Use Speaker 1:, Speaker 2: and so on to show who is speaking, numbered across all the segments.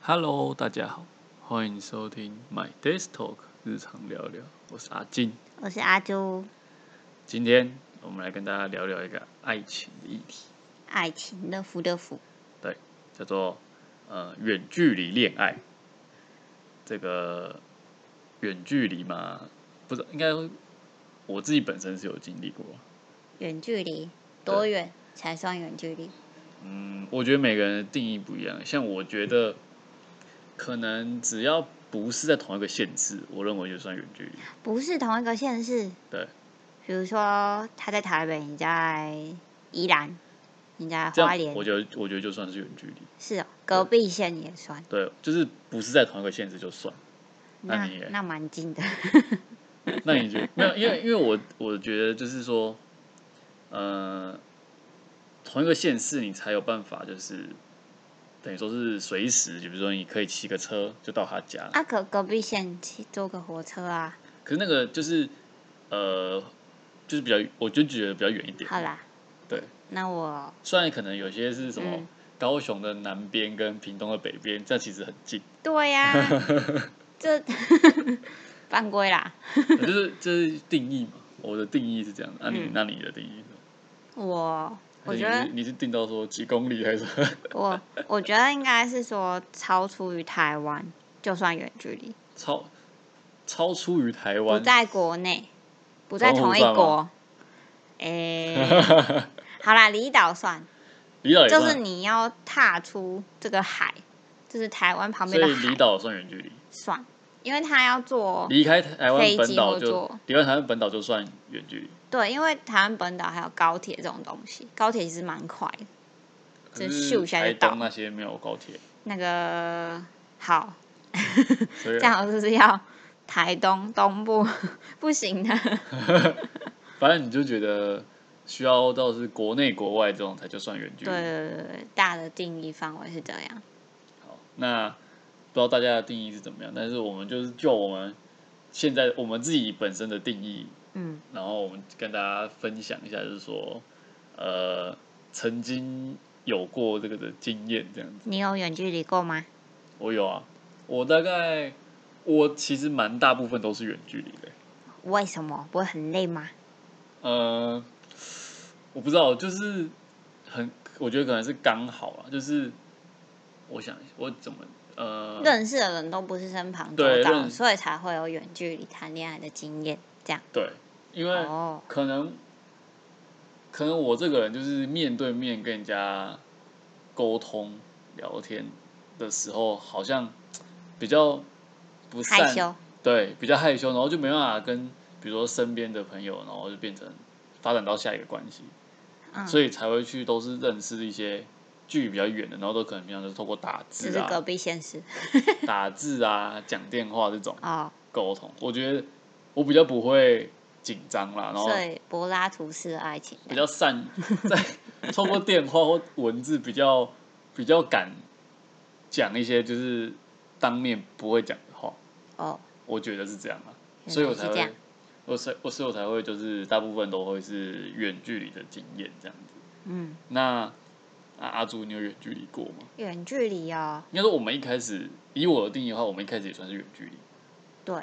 Speaker 1: Hello，大家好，欢迎收听 My Desk Talk 日常聊聊，我是阿金。
Speaker 2: 我是阿朱，
Speaker 1: 今天我们来跟大家聊聊一个爱情的议题，
Speaker 2: 爱情的福的福，
Speaker 1: 对，叫做呃远距离恋爱。这个远距离嘛，不是应该我自己本身是有经历过。
Speaker 2: 远距离多远才算远距离？
Speaker 1: 嗯，我觉得每个人的定义不一样，像我觉得可能只要不是在同一个县市，我认为就算远距离。
Speaker 2: 不是同一个县市。
Speaker 1: 对。
Speaker 2: 比如说，他在台北，你在宜兰，你在
Speaker 1: 这
Speaker 2: 花
Speaker 1: 样
Speaker 2: 莲
Speaker 1: 我，觉得我觉得就算是远距离。
Speaker 2: 是哦，隔壁县也算，
Speaker 1: 对，就是不是在同一个县市就算。那
Speaker 2: 那
Speaker 1: 你也
Speaker 2: 那蛮近 的。
Speaker 1: 那你觉得 没有？因为因为我我觉得就是说，呃，同一个县市你才有办法，就是等于说是随时，比如说你可以骑个车就到他家，
Speaker 2: 啊，隔隔壁县去坐个火车啊，
Speaker 1: 可是那个就是呃，就是比较，我就觉得比较远一点。
Speaker 2: 好啦。
Speaker 1: 对。
Speaker 2: 那我
Speaker 1: 虽然可能有些是什么
Speaker 2: 嗯
Speaker 1: 高雄的南边跟屏东的北边，这样其实很近，
Speaker 2: 对呀、这 犯规啦！
Speaker 1: 就是这、是定义嘛。我的定义是这样，那、你
Speaker 2: 嗯
Speaker 1: 那你的定义呢？
Speaker 2: 我我
Speaker 1: 你
Speaker 2: 觉得
Speaker 1: 是你是定到说几公里还是？
Speaker 2: 我我觉得应该是说超出于台湾，就算远距离，
Speaker 1: 超超出于台
Speaker 2: 不
Speaker 1: 湾，
Speaker 2: 在国内，不在同一
Speaker 1: 澎湖算
Speaker 2: 国。诶、 好啦，离岛算，
Speaker 1: 离岛也
Speaker 2: 就
Speaker 1: 算，
Speaker 2: 是你要踏出这个海，就是台湾旁边
Speaker 1: 所
Speaker 2: 的
Speaker 1: 以离
Speaker 2: 海
Speaker 1: 岛算远距离，
Speaker 2: 算，因为他要做
Speaker 1: 离开台湾本岛
Speaker 2: 飞机或
Speaker 1: 就
Speaker 2: 坐
Speaker 1: 离开台湾本岛就算远距离，
Speaker 2: 对，因为台湾本岛还有高铁这种东西，高铁其实蛮快的。
Speaker 1: 可
Speaker 2: 就是咻一下就
Speaker 1: 台
Speaker 2: 到
Speaker 1: 东那些没有高铁，
Speaker 2: 那个好，
Speaker 1: 所以
Speaker 2: 这样就是要台东东部 不行的。
Speaker 1: 反正你就觉得需要到是国内国外这种才就算远距
Speaker 2: 对
Speaker 1: 离。
Speaker 2: 对对对，大的定义范围是这样。
Speaker 1: 好，那不知道大家的定义是怎么样，但是我们就是就我们现在我们自己本身的定义
Speaker 2: 嗯，
Speaker 1: 然后我们跟大家分享一下，就是说，呃，曾经有过这个的经验这样子。
Speaker 2: 你有远距离过吗？
Speaker 1: 我有啊，我大概我其实蛮大部分都是远距离的。
Speaker 2: 为什么不会很累吗？
Speaker 1: 呃，我不知道，就是很，我觉得可能是刚好啊，就是我想我怎么呃，
Speaker 2: 认识的人都不是身旁
Speaker 1: 对
Speaker 2: 周遭，
Speaker 1: 认
Speaker 2: 所以才会有远距离谈恋爱的经验。这样
Speaker 1: 对，因为
Speaker 2: 哦，
Speaker 1: 可能可能我这个人就是面对面跟人家沟通聊天的时候，好像比较不
Speaker 2: 害
Speaker 1: 善，
Speaker 2: 羞，
Speaker 1: 对，比较害羞，然后就没办法跟比如说身边的朋友，然后就变成发展到下一个关系，
Speaker 2: 嗯，
Speaker 1: 所以才会去都是认识一些距离比较远的，然后都可能平常就是透过打
Speaker 2: 只
Speaker 1: 字
Speaker 2: 是隔
Speaker 1: 啊、
Speaker 2: 壁现实
Speaker 1: 打字啊、讲电话这种
Speaker 2: 哦，
Speaker 1: 沟通。我觉得我比较不会紧张啦，然后
Speaker 2: 所以柏拉图式的爱情
Speaker 1: 比较善 在透过电话或文字比较比较敢讲一些就是当面不会讲的话，
Speaker 2: 哦，
Speaker 1: 我觉得是这样啊，
Speaker 2: 原来
Speaker 1: 所以我
Speaker 2: 嗯是
Speaker 1: 才
Speaker 2: 这
Speaker 1: 会
Speaker 2: 样，
Speaker 1: 我所以我所以我才会就是大部分都会是远距离的经验这样子。
Speaker 2: 嗯，
Speaker 1: 那阿阿朱，你有远距离过吗？
Speaker 2: 远距离哦，
Speaker 1: 应该说我们一开始以我的定义的话，我们一开始也算是远距离。
Speaker 2: 对，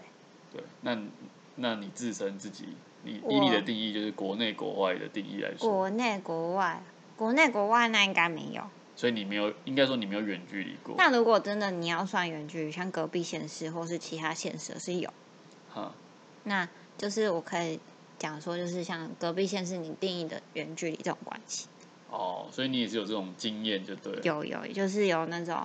Speaker 1: 对，那你那你自身自己，你
Speaker 2: 我
Speaker 1: 以你的定义就是国内国外的定义来说，
Speaker 2: 国内国外，国内国外那应该没有。
Speaker 1: 所以你没有应该说你没有远距离过。
Speaker 2: 那如果真的你要算远距离，像隔壁现实或是其他现实是有。
Speaker 1: 哈，
Speaker 2: 那就是我可以讲说，就是像隔壁县是你定义的远距离这种关系，
Speaker 1: 哦，所以你也是有这种经验就对了。
Speaker 2: 有有，就是有那种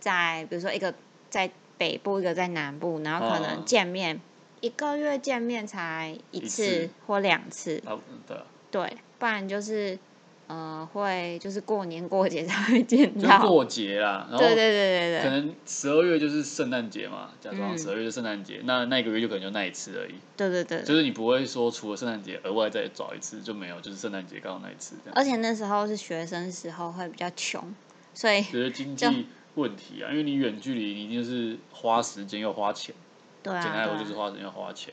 Speaker 2: 在比如说一个在北部，一个在南部，然后可
Speaker 1: 哦
Speaker 2: 能见面、一个月见面才一
Speaker 1: 一
Speaker 2: 次
Speaker 1: 次
Speaker 2: 或两次，
Speaker 1: 啊，嗯对啊，
Speaker 2: 对，不然就是呃会就是过年过节才会见
Speaker 1: 就是
Speaker 2: 到，
Speaker 1: 过节啦，然后
Speaker 2: 对对对对
Speaker 1: 可
Speaker 2: 对
Speaker 1: 能十二月就是圣诞节嘛，假装
Speaker 2: 嗯
Speaker 1: 十二月是圣诞节，那那一个月就可能就那一次而已，
Speaker 2: 对对对
Speaker 1: 就
Speaker 2: 对，
Speaker 1: 是你不会说除了圣诞节额外再找一次就没有，就是圣诞节刚好那一次这样，
Speaker 2: 而且那时候是学生时候会比较穷，所以
Speaker 1: 觉得经
Speaker 2: 就
Speaker 1: 济问题啊，因为你远距离你一定是花时间又花钱，
Speaker 2: 对啊，
Speaker 1: 简单来
Speaker 2: 对
Speaker 1: 说
Speaker 2: 啊
Speaker 1: 就是哦花时间又花钱，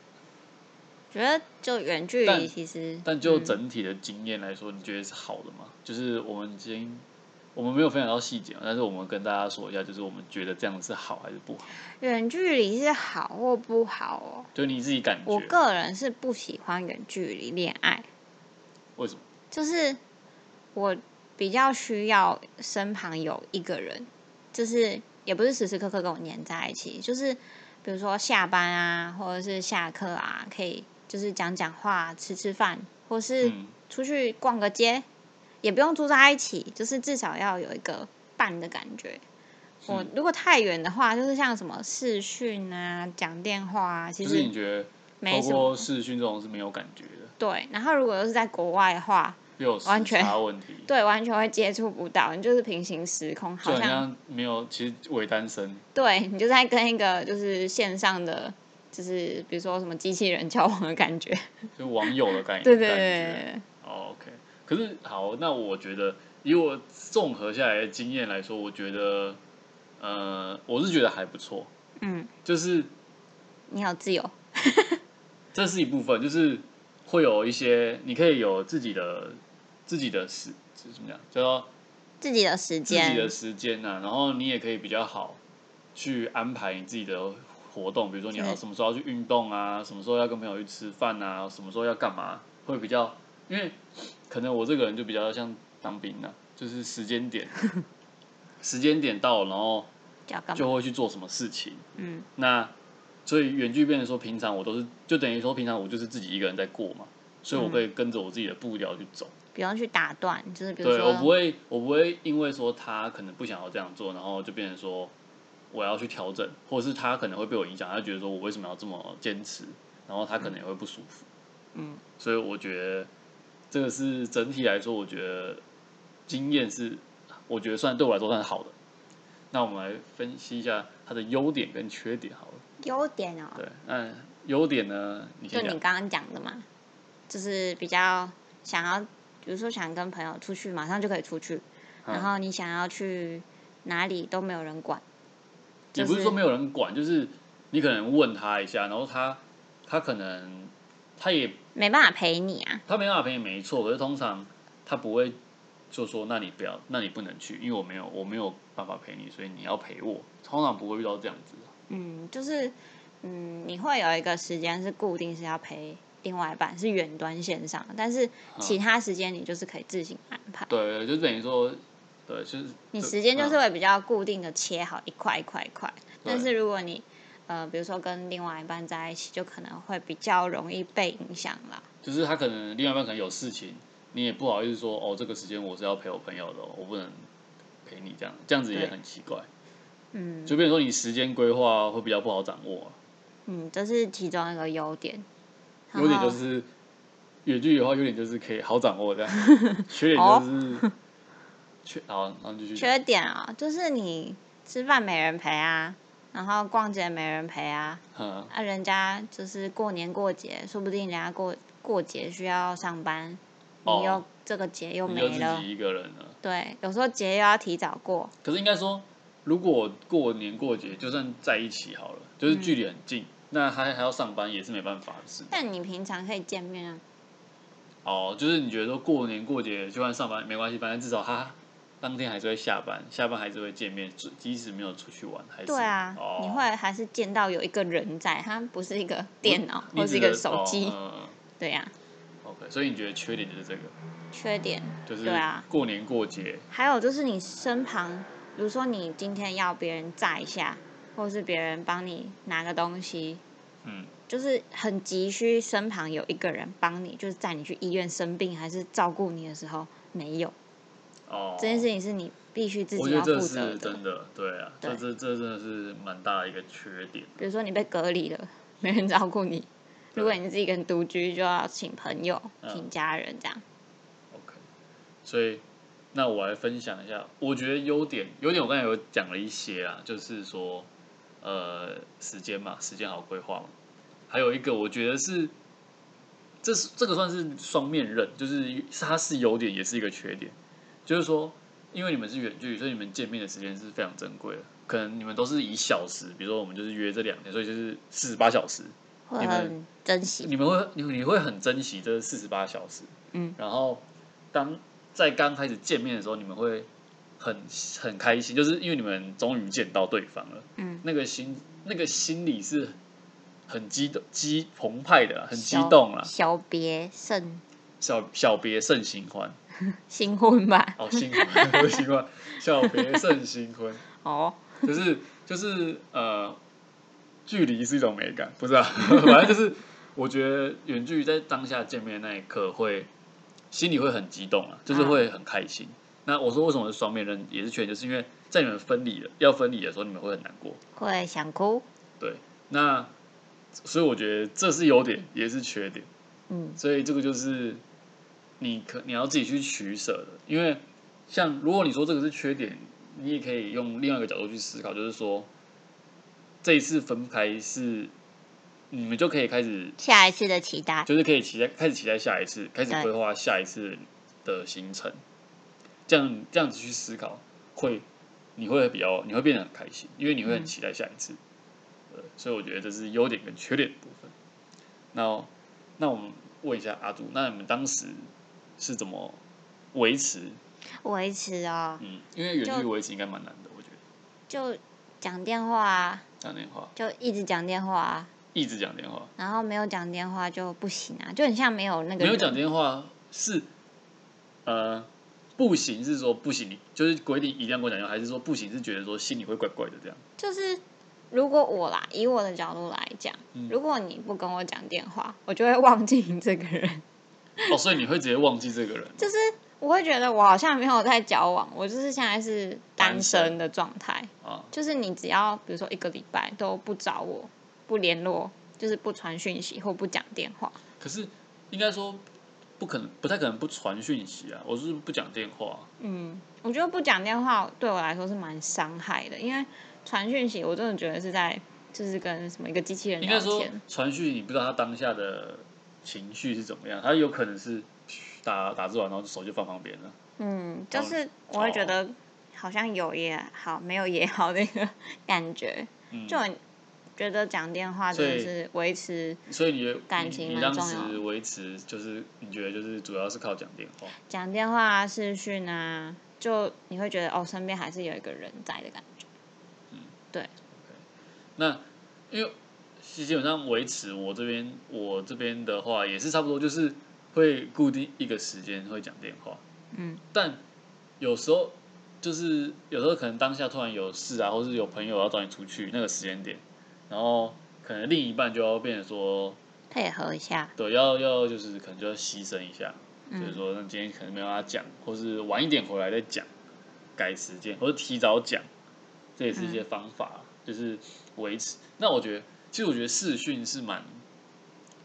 Speaker 2: 觉得就远距
Speaker 1: 但
Speaker 2: 离其实，
Speaker 1: 但就
Speaker 2: 嗯
Speaker 1: 整体的经验来说，你觉得是好的吗？就是我们已经我们没有分享到细节嘛，但是我们跟大家说一下，就是我们觉得这样是好还是不好，
Speaker 2: 远距离是好或不好哦？
Speaker 1: 就你自己感
Speaker 2: 我
Speaker 1: 觉。
Speaker 2: 个人是不喜欢远距离恋爱，
Speaker 1: 为什么？
Speaker 2: 就是我比较需要身旁有一个人，就是也不是时时刻刻跟我黏在一起，就是比如说下班啊，或者是下课啊，可以就是讲讲话、吃吃饭，或是
Speaker 1: 嗯，
Speaker 2: 出去逛个街，也不用住在一起，就是至少要有一个伴的感觉。
Speaker 1: 是
Speaker 2: 我如果太远的话，就是像什么视讯啊、讲电话啊，其
Speaker 1: 就是你
Speaker 2: 实
Speaker 1: 觉得
Speaker 2: 没
Speaker 1: 透
Speaker 2: 什
Speaker 1: 过
Speaker 2: 么。
Speaker 1: 视讯这种是没有感觉的，
Speaker 2: 对，然后如果又是在国外的话，
Speaker 1: 又有时
Speaker 2: 完全
Speaker 1: 差问题，
Speaker 2: 对，完全会接触不到，你就是平行时空，
Speaker 1: 就
Speaker 2: 好
Speaker 1: 好
Speaker 2: 像
Speaker 1: 像没有，其实伪单身，
Speaker 2: 对你就在跟一个就是线上的，就是比如说什么机器人 交往的感觉。
Speaker 1: 就网友的感
Speaker 2: 对对
Speaker 1: 感
Speaker 2: 对
Speaker 1: 觉
Speaker 2: 对对，
Speaker 1: 哦，OK。可是好，那我觉得以我综合下来的经验来说，我觉得，呃，我是觉得还不错，
Speaker 2: 嗯，
Speaker 1: 就是
Speaker 2: 你好自由，
Speaker 1: 这是一部分，就是会有一些你可以有自己的自己的时怎么讲，叫做
Speaker 2: 自己的时
Speaker 1: 自己的
Speaker 2: 间，
Speaker 1: 时间啊呐、然后你也可以比较好去安排你自己的活动，比如说你要
Speaker 2: 对
Speaker 1: 什么时候要去运动啊，什么时候要跟朋友去吃饭啊，什么时候要干嘛，会比较，因为可能我这个人就比较像当兵呐、就是时间 点，时间点到了，然后
Speaker 2: 就要干嘛？
Speaker 1: 就会去做什么事情。
Speaker 2: 嗯，
Speaker 1: 那所以远距变成说，平常我都是就等于说，平常我就是自己一个人在过嘛，所以我可
Speaker 2: 嗯
Speaker 1: 以跟着我自己的步调去走。
Speaker 2: 不用去打断，就是比如
Speaker 1: 对我不
Speaker 2: 说，
Speaker 1: 会，我不会因为说他可能不想要这样做，然后就变成说我要去调整，或者是他可能会被我影响，他觉得说我为什么要这么坚持，然后他可能也会不舒服。
Speaker 2: 嗯，
Speaker 1: 所以我觉得这个是整体来说，我觉得经验是我觉得算对我来说算是好的。那我们来分析一下它的优点跟缺点好了。
Speaker 2: 优点哦，
Speaker 1: 对，那优点呢？你
Speaker 2: 就
Speaker 1: 先
Speaker 2: 你
Speaker 1: 讲。
Speaker 2: 刚刚讲的嘛，就是比较想要，比如说想跟朋友出去，马上就可以出去，
Speaker 1: 嗯
Speaker 2: 然后你想要去哪里都没有人管，
Speaker 1: 也
Speaker 2: 就
Speaker 1: 不是
Speaker 2: 是
Speaker 1: 说没有人管，就是你可能问他一下，然后他他可能他也
Speaker 2: 没办法陪你啊。
Speaker 1: 他没办法陪你没错，可是通常他不会就说那你不要，那你不能去，因为我没有我没有办法陪你，所以你要陪我。通常不会遇到这样子的，
Speaker 2: 嗯，就是嗯，你会有一个时间是固定是要陪另外一半，是远端线上，但是
Speaker 1: 嗯
Speaker 2: 其他时间你就是可以自行安排，
Speaker 1: 对，就等于说对，就是
Speaker 2: 你
Speaker 1: 就
Speaker 2: 时间就是
Speaker 1: 嗯
Speaker 2: 会比较固定的切好一块一块一块。但
Speaker 1: 对
Speaker 2: 是如果你呃，比如说跟另外一半在一起，就可能会比较容易被影响啦。
Speaker 1: 就是他可能另外一半可能有事情，你也不好意思说哦，这个时间我是要陪我朋友的哦、我不能陪你这样，这样子也
Speaker 2: 对
Speaker 1: 很奇怪。
Speaker 2: 嗯
Speaker 1: 就变成说你时间规划会比较不好掌握啊、
Speaker 2: 嗯，这是其中一个优点。然
Speaker 1: 优点
Speaker 2: 后
Speaker 1: 就是远距离的话，优点就是可以好掌握 这样，缺点就是、 缺好，然后继续讲
Speaker 2: 哦缺点啊、就是你吃饭没人陪啊，然后逛街没人陪啊，
Speaker 1: 嗯，
Speaker 2: 啊，人家就是过年过节，说不定人家过过节需要上班，
Speaker 1: 哦
Speaker 2: 你又这个节又
Speaker 1: 你
Speaker 2: 没
Speaker 1: 就自
Speaker 2: 了
Speaker 1: 己，一个人了。
Speaker 2: 对，有时候节又要提早过，
Speaker 1: 可是应该说，如果过年过节就算在一起好了，就是距
Speaker 2: 嗯
Speaker 1: 离很近，那还还要上班也是没办法的事。
Speaker 2: 但你平常可以见面啊，
Speaker 1: 哦，就是你觉得说过年过节就算上班没关系，反正至少他。当天还是会下班，下班还是会见面，即使没有出去玩，还是
Speaker 2: 对啊，
Speaker 1: 哦、
Speaker 2: 你会还是见到有一个人在，他不是一个电脑
Speaker 1: 嗯你
Speaker 2: 或是一
Speaker 1: 指
Speaker 2: 个
Speaker 1: 的
Speaker 2: 手机，
Speaker 1: 哦
Speaker 2: 对呀、
Speaker 1: 嗯嗯 OK，所以你觉得缺点就是这个，
Speaker 2: 缺点
Speaker 1: 就是
Speaker 2: 对啊
Speaker 1: 过年过节，
Speaker 2: 还有就是你身旁，比如说你今天要别人载一下，或是别人帮你拿个东西，
Speaker 1: 嗯，
Speaker 2: 就是很急需身旁有一个人帮你，就是在你去医院生病还是照顾你的时候没有，
Speaker 1: 哦，
Speaker 2: 这件事情是你必须自
Speaker 1: 我
Speaker 2: 己
Speaker 1: 觉
Speaker 2: 要
Speaker 1: 得这
Speaker 2: 负责
Speaker 1: 是
Speaker 2: 的
Speaker 1: 真。的，对啊，这
Speaker 2: 对
Speaker 1: 这这真的是蛮大的一个缺点，
Speaker 2: 比如说你被隔离了，没人照顾你，
Speaker 1: 对
Speaker 2: 如果你自己一个人独居，就要请朋友、
Speaker 1: 嗯
Speaker 2: 请家人这样。
Speaker 1: ，OK，所以那我来分享一下，我觉得优点，优点我刚才有讲了一些啊，就是说，呃，时间嘛，时间好规划嘛，还有一个我觉得是。这是这个算是双面刃，就是它是优点也是一个缺点，就是说，因为你们是远距离，所以你们见面的时间是非常珍贵的。可能你们都是以小时，比如说我们就是约这两天，所以就是四十八小时，
Speaker 2: 会
Speaker 1: 你们
Speaker 2: 很珍惜，
Speaker 1: 你们会你你会很珍惜这四十八小时，
Speaker 2: 嗯，
Speaker 1: 然后当在刚开始见面的时候，你们会很很开心，就是因为你们终于见到对方了，
Speaker 2: 嗯，
Speaker 1: 那个心那个心里是很激动、激澎湃的啦，很激
Speaker 2: 小
Speaker 1: 动啊啦，
Speaker 2: 小别胜
Speaker 1: 小小别胜新欢
Speaker 2: 新婚吧？
Speaker 1: 哦，新婚不是新欢， 小别胜新婚，
Speaker 2: 哦，
Speaker 1: 就是就是呃，距离是一种美感，不是啊， 反正就是我觉得远距离在当下见面那一刻会心里会很激动啊，就是会很开心。那我说为什么是双面人，也是确认，就是因为在你们分离了要分离的时候，你们会很难过。
Speaker 2: 会想哭，
Speaker 1: 对，那所以我觉得这是优点，也是缺点。
Speaker 2: 嗯
Speaker 1: 所以这个就是你可你要自己去取舍的，因为像如果你说这个是缺点，你也可以用另外一个角度去思考，就是说这一次分开是你们就可以开始，
Speaker 2: 下一次的期待，
Speaker 1: 就是可以期待开始期待下一次，开始
Speaker 2: 对
Speaker 1: 规划下一次的行程，这样这样子去思考会。你会比较，你会变得很开心，因为你会很
Speaker 2: 嗯
Speaker 1: 期待下一次。呃，所以我觉得这是优点跟缺点的部分。那那我们问一下阿杜，那你们当时是怎么维持？
Speaker 2: 维持哦，
Speaker 1: 嗯，因为远距离
Speaker 2: 就
Speaker 1: 维持应该蛮难的，我觉得
Speaker 2: 就讲电话啊，
Speaker 1: 讲电话
Speaker 2: 就一直讲电话啊，
Speaker 1: 一直讲电话，
Speaker 2: 然后没有讲电话就不行啊，就很像没有那个
Speaker 1: 没有讲
Speaker 2: 人
Speaker 1: 电话是呃不行，是说不行，你就是规定一定要跟我讲电话，还是说不行是觉得说心里会怪怪的这样？
Speaker 2: 就是如果我啦，以我的角度来讲，
Speaker 1: 嗯
Speaker 2: 如果你不跟我讲电话，我就会忘记你这个人，
Speaker 1: 哦，所以你会直接忘记这个人吗，
Speaker 2: 就是我会觉得我好像没有在交往，我就是现在是单
Speaker 1: 单身
Speaker 2: 身的状态。
Speaker 1: 啊，
Speaker 2: 就是你只要比如说一个礼拜都不找我，不联络，就是不传讯息或不讲电话，
Speaker 1: 可是应该说不可能，不太可能不传讯息啊，我是不讲电话啊、
Speaker 2: 嗯，我觉得不讲电话对我来说是蛮伤害的，因为传讯息我真的觉得是在就是跟什么一个机器人
Speaker 1: 应
Speaker 2: 聊
Speaker 1: 该说哦
Speaker 2: 天，
Speaker 1: 传讯，你不知道他当下的情绪是怎么样，他有可能是打打字完，然后手就放旁边了。
Speaker 2: 嗯，
Speaker 1: 哦
Speaker 2: 就是我会觉得好像有也好，没有也好那个 感觉，
Speaker 1: 嗯，
Speaker 2: 就很觉得讲电话真的
Speaker 1: 所以
Speaker 2: 是维持
Speaker 1: 所以你的
Speaker 2: 感情
Speaker 1: 你你
Speaker 2: 蛮
Speaker 1: 当
Speaker 2: 重要
Speaker 1: 时
Speaker 2: 的
Speaker 1: 维持就是你觉得就是主要是靠讲电话，
Speaker 2: 讲电话啊、视讯啊，就你会觉得哦，身边还是有一个人在的感觉，
Speaker 1: 那因为基本上维持我这边我这边的话也是差不多，就是会固定一个时间会讲电话，
Speaker 2: 嗯，
Speaker 1: 但有时候就是有时候可能当下突然有事啊，或是有朋友要找你出去那个时间点，然后可能另一半就要变成说。
Speaker 2: 配合一下，
Speaker 1: 对，要要就是可能就要牺牲一下，就是
Speaker 2: 嗯，
Speaker 1: 说那今天可能没有办法讲，或是晚一点回来再讲，改时间，或者提早讲，这也是
Speaker 2: 嗯
Speaker 1: 一些方法，就是维持。那我觉得，其实我觉得视讯是蛮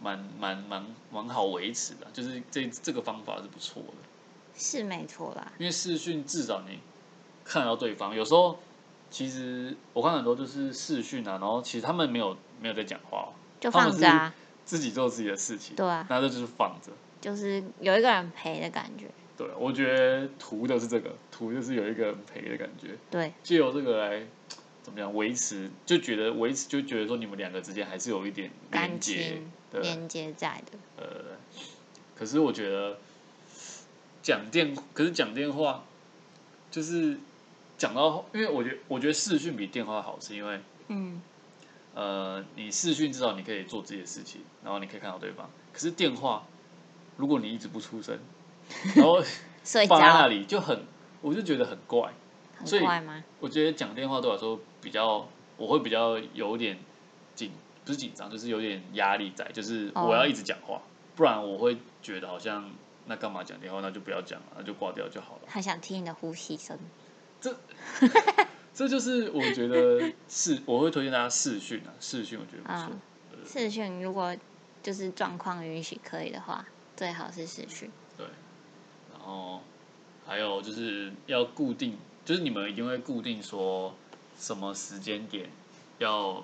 Speaker 1: 蛮蛮蛮蛮好维持的，啊就是这这个方法是不错的，
Speaker 2: 是没错啦，
Speaker 1: 因为视讯至少你看得到对方，有时候。其实我看很多就是视讯啊，然后其实他们没有没有在讲话哦，
Speaker 2: 就
Speaker 1: 他们
Speaker 2: 放着啊，
Speaker 1: 自己做自己的事情，
Speaker 2: 对啊，
Speaker 1: 那这就是放着。
Speaker 2: 就是有一个人陪的感觉，
Speaker 1: 对，我觉得图的是这个，图就是有一个人陪的感觉，
Speaker 2: 对，
Speaker 1: 借由这个来怎么样维持，就觉得维持就觉得说你们两个之间还是有一点连
Speaker 2: 感
Speaker 1: 接
Speaker 2: 情
Speaker 1: 的，
Speaker 2: 连接在的，
Speaker 1: 呃，可是我觉得讲电，可是讲电话就是讲到，因为我觉得我觉得视讯比电话好，是因为
Speaker 2: 嗯，
Speaker 1: 呃，你视讯至少你可以做自己的事情，然后你可以看到对方，可是电话如果你一直不出声，然 后。
Speaker 2: 睡
Speaker 1: 放在那
Speaker 2: 着
Speaker 1: 里就很，我就觉得很怪。所
Speaker 2: 很
Speaker 1: 以
Speaker 2: 快吗？
Speaker 1: 我觉得讲电话对我来说比较，我会比较有点紧，不是紧张，就是有点压力在，就是
Speaker 2: 哦
Speaker 1: 我要一直讲话，不然我会觉得好像那干嘛讲电话，那就不要讲了，那就挂掉就好了。
Speaker 2: 很想听你的呼吸声，
Speaker 1: 这就是我觉得是我会推荐大家试训啊，试训我觉得不错
Speaker 2: 啊。视讯如果就是状况允许可以的话，最好是视讯，
Speaker 1: 然后还有就是要固定，就是你们一定会固定说什么时间点要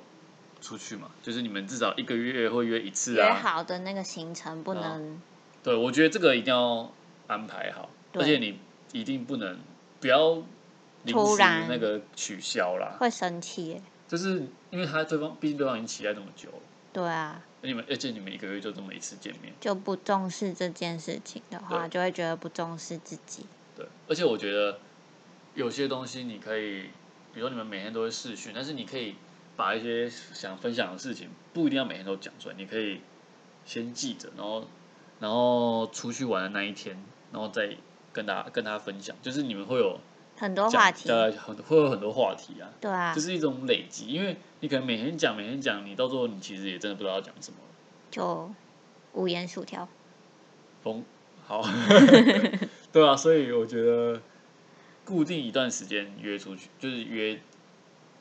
Speaker 1: 出去嘛？就是你们至少一个月会约一次
Speaker 2: 约
Speaker 1: 啊。
Speaker 2: 好的那个行程不
Speaker 1: 啊
Speaker 2: 能
Speaker 1: 对，我觉得这个一定要安排好，
Speaker 2: 对
Speaker 1: 而且你一定不能不要临
Speaker 2: 突
Speaker 1: 时
Speaker 2: 然
Speaker 1: 那个取消啦，
Speaker 2: 会生气耶，
Speaker 1: 就是因为他对方毕竟对方已经期待这么久了，
Speaker 2: 对啊，
Speaker 1: 你们而且你们一个月就这么一次见面。
Speaker 2: 就不重视这件事情的话，
Speaker 1: 对
Speaker 2: 就会觉得不重视自己。
Speaker 1: 对，而且我觉得有些东西你可以，比如说你们每天都会试训，但是你可以把一些想分享的事情，不一定要每天都讲出来，你可以先记着，然后然后出去玩的那一天，然后再跟大跟他分享，就是你们会有
Speaker 2: 很多
Speaker 1: 讲
Speaker 2: 话题，
Speaker 1: 呃，很会有很多话题啊，
Speaker 2: 对啊
Speaker 1: 这，是一种累积，因为你可能每天讲每天讲，你到最后你其实也真的不知道要讲什么了。
Speaker 2: 就无言薯条。
Speaker 1: 崩， 好，对啊，所以我觉得固定一段时间约出去，就是约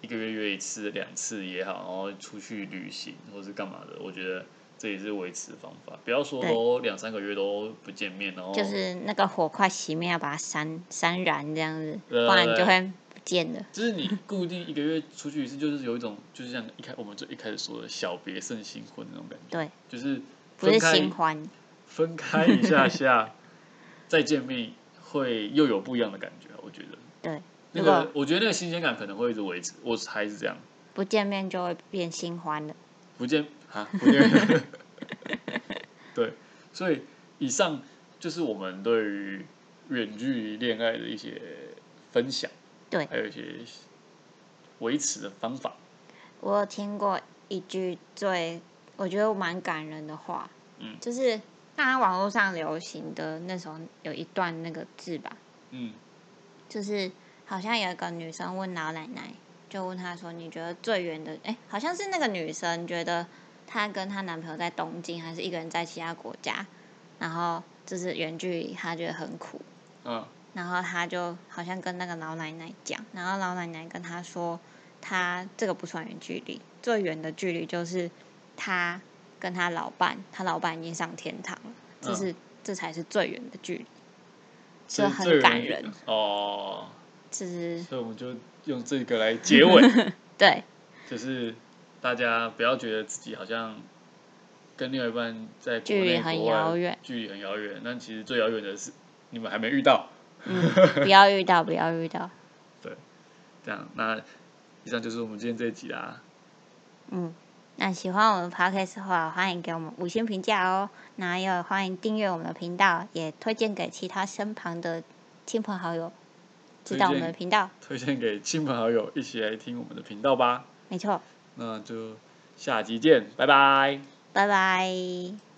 Speaker 1: 一个月约一次、两次也好，然后出去旅行或是干嘛的，我觉得这也是维持的方法。不要说
Speaker 2: 对
Speaker 1: 都两三个月都不见面，然后
Speaker 2: 就是那个火快熄灭，要把它删删燃这样子，不
Speaker 1: 对
Speaker 2: 然
Speaker 1: 对
Speaker 2: 就会不见了。
Speaker 1: 就是你固定一个月出去一次，就是有一种就是像一开我们最一开始说的小别胜新婚那种感觉，
Speaker 2: 对，
Speaker 1: 就是
Speaker 2: 不是
Speaker 1: 分开
Speaker 2: 新欢，
Speaker 1: 分开一下 下再见面，会又有不一样的感觉，我觉得。
Speaker 2: 对，
Speaker 1: 那
Speaker 2: 如
Speaker 1: 个，我觉得那个新鲜感可能会一直维持，我还是这样，
Speaker 2: 不见面就会变新欢了。
Speaker 1: 不见啊，不见 面。对，所以以上就是我们对于远距离恋爱的一些分享，
Speaker 2: 对
Speaker 1: 还有一些维持的方法。
Speaker 2: 我有听过一句最我觉得蛮感人的话，
Speaker 1: 嗯
Speaker 2: 就是大家网络上流行的那时候有一段那个字吧，
Speaker 1: 嗯
Speaker 2: 就是好像有一个女生问老奶奶，就问她说：“你觉得最远的？”哎，好像是那个女生觉得她跟她男朋友在东京，还是一个人在其他国家，然后就是远距离，她觉得很苦。
Speaker 1: 啊
Speaker 2: 然后她就好像跟那个老奶奶讲，然后老奶奶跟她说，她这个不算远距离，最远的距离就是她跟她老伴，她老伴已经上天堂了，这
Speaker 1: 嗯
Speaker 2: 是、这才是最远的距离，
Speaker 1: 所以
Speaker 2: 这很
Speaker 1: 最
Speaker 2: 感
Speaker 1: 容易
Speaker 2: 人
Speaker 1: 哦。
Speaker 2: 这是
Speaker 1: 所以我们就用这个来结尾。
Speaker 2: 对。
Speaker 1: 就是大家不要觉得自己好像跟另外一半在国
Speaker 2: 距离
Speaker 1: 内
Speaker 2: 很
Speaker 1: 国外
Speaker 2: 遥远，
Speaker 1: 距离很遥远。但其实最遥远的是你们还没遇到。
Speaker 2: 嗯，不要遇到，不要遇到。
Speaker 1: 这样，那以上就是我们今天这一集啦。
Speaker 2: 嗯，那喜欢我们 podcast 的话，欢迎给我们五星评价哦。那也有欢迎订阅我们的频道，也推荐给其他身旁的亲朋好友知道我们的频道。
Speaker 1: 推荐给亲朋好友一起来听我们的频道吧。
Speaker 2: 没错，
Speaker 1: 那就下集见，拜拜。
Speaker 2: 拜拜。